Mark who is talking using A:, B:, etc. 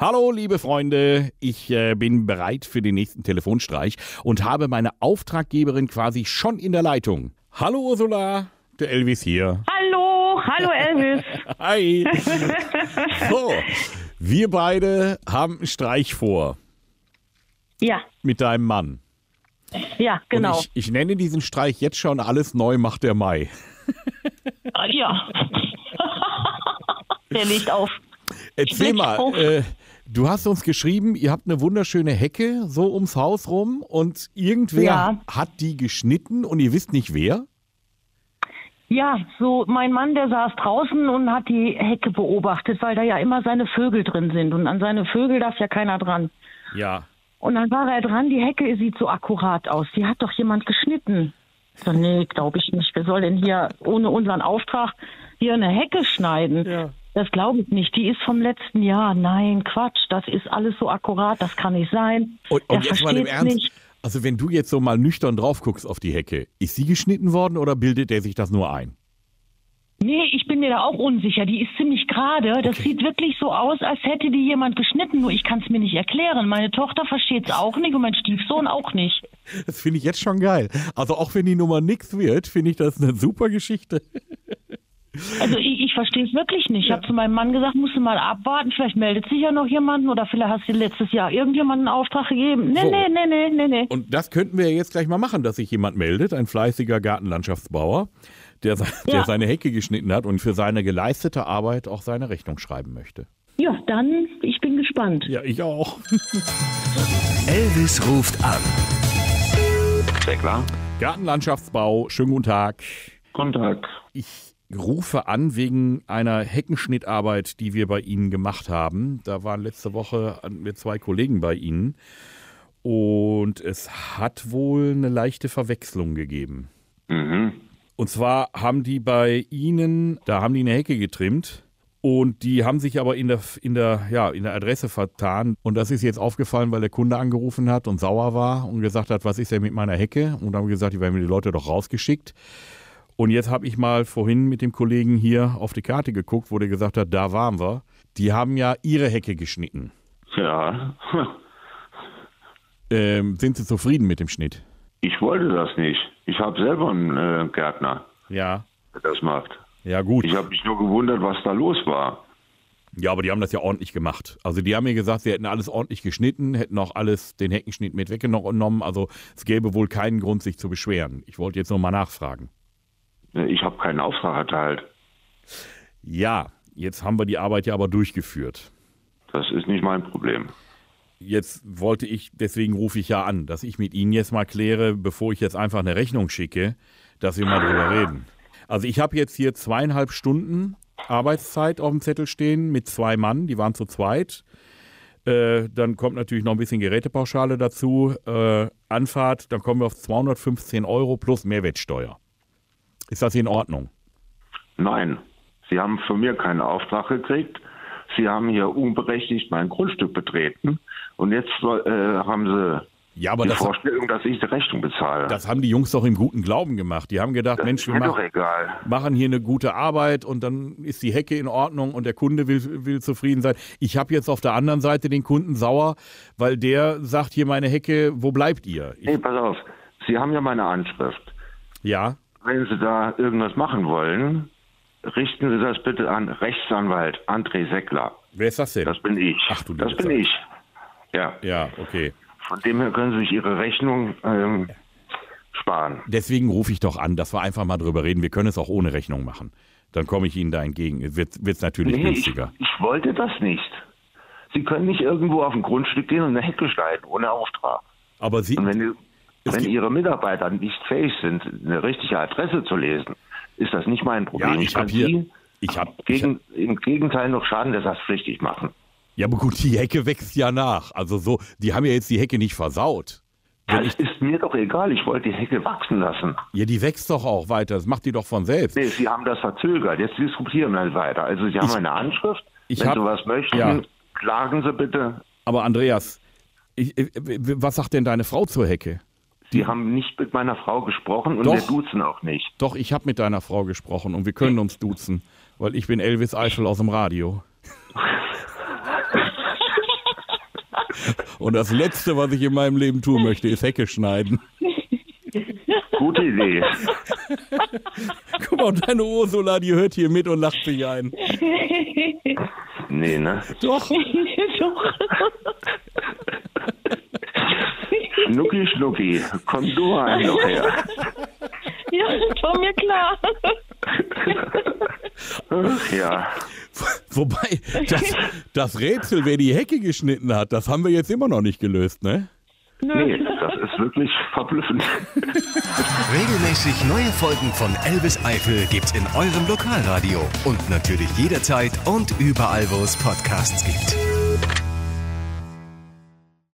A: Hallo, liebe Freunde, ich äh, bin bereit für den nächsten Telefonstreich und habe meine Auftraggeberin quasi schon in der Leitung. Hallo Ursula, der Elvis hier.
B: Hallo, hallo Elvis.
A: Hi. So, wir beide haben einen Streich vor
B: Ja,
A: mit deinem Mann.
B: ja, genau.
A: Und ich, ich nenne diesen Streich jetzt schon alles neu macht der Mai.
B: Ah, ja. Der legt auf.
A: Erzähl
B: Nicht
A: mal,
B: hoch.
A: äh, du hast uns geschrieben, ihr habt eine wunderschöne Hecke so ums Haus rum und irgendwer
B: Ja.
A: hat die geschnitten und ihr wisst nicht wer.
B: Ja, so mein Mann, der saß draußen und hat die Hecke beobachtet, weil da ja immer seine Vögel drin sind und an seine Vögel darf ja keiner dran.
A: Ja.
B: Und dann war er dran, die Hecke sieht so akkurat aus. Die hat doch jemand geschnitten. Ich So, nee, glaube ich nicht. Wer soll denn hier ohne unseren Auftrag hier eine Hecke schneiden?
A: Ja.
B: Das glaube ich nicht. Die ist vom letzten Jahr. Nein, Quatsch. Das ist alles so akkurat. Das kann nicht sein.
A: Und,
B: Der
A: und jetzt mal im
B: versteht's
A: Ernst.
B: nicht.
A: Also wenn du jetzt so mal nüchtern drauf guckst auf die Hecke, ist sie geschnitten worden oder bildet er sich das nur ein?
B: Nee, ich bin mir da auch unsicher. Die ist ziemlich gerade. Das
A: Okay.
B: sieht wirklich so aus, als hätte die jemand geschnitten. Nur ich kann es mir nicht erklären. Meine Tochter versteht es auch nicht und mein Stiefsohn auch nicht.
A: Das finde ich jetzt schon geil. Also auch wenn die Nummer nix wird, finde ich das eine super Geschichte.
B: Also ich, ich verstehe es wirklich nicht. Ich habe zu meinem Mann gesagt, musst du mal abwarten, vielleicht meldet sich ja noch jemanden oder vielleicht hast du letztes Jahr irgendjemanden einen Auftrag gegeben. Nee,
A: So.
B: nee, nee, nee, nee, nee.
A: Und das könnten wir jetzt gleich mal machen, dass sich jemand meldet, ein fleißiger Gartenlandschaftsbauer, der, se der
B: Ja.
A: seine Hecke geschnitten hat und für seine geleistete Arbeit auch seine Rechnung schreiben möchte.
B: Ja, dann, ich bin gespannt.
A: Ja, ich auch.
C: Elvis ruft an.
D: Klar.
A: Gartenlandschaftsbau, schönen guten Tag.
D: Guten Tag.
A: Ich rufe an wegen einer Heckenschnittarbeit, die wir bei Ihnen gemacht haben. Da waren letzte Woche mit zwei Kollegen bei Ihnen. Und es hat wohl eine leichte Verwechslung gegeben. Und zwar haben die bei Ihnen, da haben die eine Hecke getrimmt. Und die haben sich aber in der, in, der, ja, in der Adresse vertan. Und das ist jetzt aufgefallen, weil der Kunde angerufen hat und sauer war und gesagt hat, was ist denn mit meiner Hecke? Und haben gesagt, die werden mir die Leute doch rausgeschickt. Und jetzt habe ich mal vorhin mit dem Kollegen hier auf die Karte geguckt, wo der gesagt hat, da waren wir. Die haben ja ihre Hecke geschnitten.
D: Ja,
A: Ähm, sind Sie zufrieden mit dem Schnitt?
D: ich wollte das nicht. Ich habe selber einen äh, Gärtner,
A: Ja.
D: der das macht.
A: Ja, gut.
D: Ich habe mich nur gewundert, was da los war.
A: Ja, aber die haben das ja ordentlich gemacht. Also die haben mir gesagt, sie hätten alles ordentlich geschnitten, hätten auch alles den Heckenschnitt mit weggenommen. Also es gäbe wohl keinen Grund, sich zu beschweren. Ich wollte jetzt nur mal nachfragen.
D: Ich habe keinen Auftrag erteilt.
A: Ja, jetzt haben wir die Arbeit ja aber durchgeführt.
D: Das ist nicht mein Problem.
A: Jetzt wollte ich, deswegen rufe ich ja an, dass ich mit Ihnen jetzt mal kläre, bevor ich jetzt einfach eine Rechnung schicke, dass wir mal drüber reden. Also ich habe jetzt hier zweieinhalb Stunden Arbeitszeit auf dem Zettel stehen mit zwei Mann, die waren zu zweit. Äh, dann kommt natürlich noch ein bisschen Gerätepauschale dazu, äh, Anfahrt, dann kommen wir auf 215 Euro plus Mehrwertsteuer. Ist das in Ordnung?
D: Nein, Sie haben von mir keinen Auftrag gekriegt. Sie haben hier unberechtigt mein Grundstück betreten. Und jetzt soll- äh, haben Sie
A: Ja, aber
D: die
A: das,
D: Vorstellung, dass ich die Rechnung bezahle.
A: das haben die Jungs doch im guten Glauben gemacht. Die haben gedacht, Mensch,
D: ist
A: wir
D: mir doch
A: machen,
D: egal.
A: machen hier eine gute Arbeit und dann ist die Hecke in Ordnung und der Kunde will, will zufrieden sein. Ich habe jetzt auf der anderen Seite den Kunden sauer, weil der sagt hier meine Hecke, wo bleibt ihr? Ich,
D: Nee, pass auf. Sie haben ja meine Anschrift.
A: ja,
D: wenn Sie da irgendwas machen wollen, richten Sie das bitte an Rechtsanwalt André Seckler.
A: wer ist das denn?
D: Das bin ich.
A: Ach, du
D: das
A: liebe
D: bin
A: Zeit.
D: ich. Ja.
A: ja, okay.
D: Von dem her können Sie sich Ihre Rechnung ähm, sparen.
A: Deswegen rufe ich doch an, dass wir einfach mal drüber reden. Wir können es auch ohne Rechnung machen. Dann komme ich Ihnen da entgegen. Es Wird es natürlich
D: Nee, ich,
A: günstiger.
D: ich wollte das nicht. Sie können nicht irgendwo auf ein Grundstück gehen und eine Hecke schneiden ohne Auftrag.
A: Aber Sie,
D: Und wenn, die-
A: Es
D: wenn
A: gibt-
D: Ihre Mitarbeiter nicht fähig sind, eine richtige Adresse zu lesen, ist das nicht mein Problem.
A: ja, ich habe
D: kann
A: hier,
D: Sie
A: ich habe,
D: gegen, im Gegenteil noch schadensersatzpflichtig machen.
A: ja, aber gut, die Hecke wächst ja nach. Also so, die haben ja jetzt die Hecke nicht versaut. Wenn ich,
D: Das ist mir doch egal, ich wollte die Hecke wachsen lassen.
A: ja, die wächst doch auch weiter. Das macht die doch von selbst.
D: Nee, Sie haben das verzögert, jetzt diskutieren wir weiter. Also Sie haben eine Anschrift,
A: ich
D: wenn
A: hab-
D: Sie was möchten,
A: ja.
D: klagen Sie bitte.
A: Aber Andreas, ich, ich- w- was sagt denn deine Frau zur Hecke?
D: Sie haben nicht mit meiner Frau gesprochen und
A: Doch.
D: wir duzen auch nicht.
A: Doch, ich habe mit deiner Frau gesprochen und wir können uns duzen, weil ich bin Elvis Eichel aus dem Radio. Und das Letzte, was ich in meinem Leben tun möchte, ist Hecke schneiden.
D: Gute Idee.
A: Guck mal, und deine Ursula, die hört hier mit und lacht sich ein.
D: Nee, ne?
A: Doch.
B: Doch.
D: Schnucki, Schnucki, komm du rein doch her.
B: Ja, das war mir klar.
D: Ach, ja,
A: Wobei, das, das Rätsel, wer die Hecke geschnitten hat, das haben wir jetzt immer noch nicht gelöst, ne?
D: nee, das ist wirklich verblüffend.
C: Regelmäßig neue Folgen von Elvis Eifel gibt's in eurem Lokalradio und natürlich jederzeit und überall, wo es Podcasts gibt.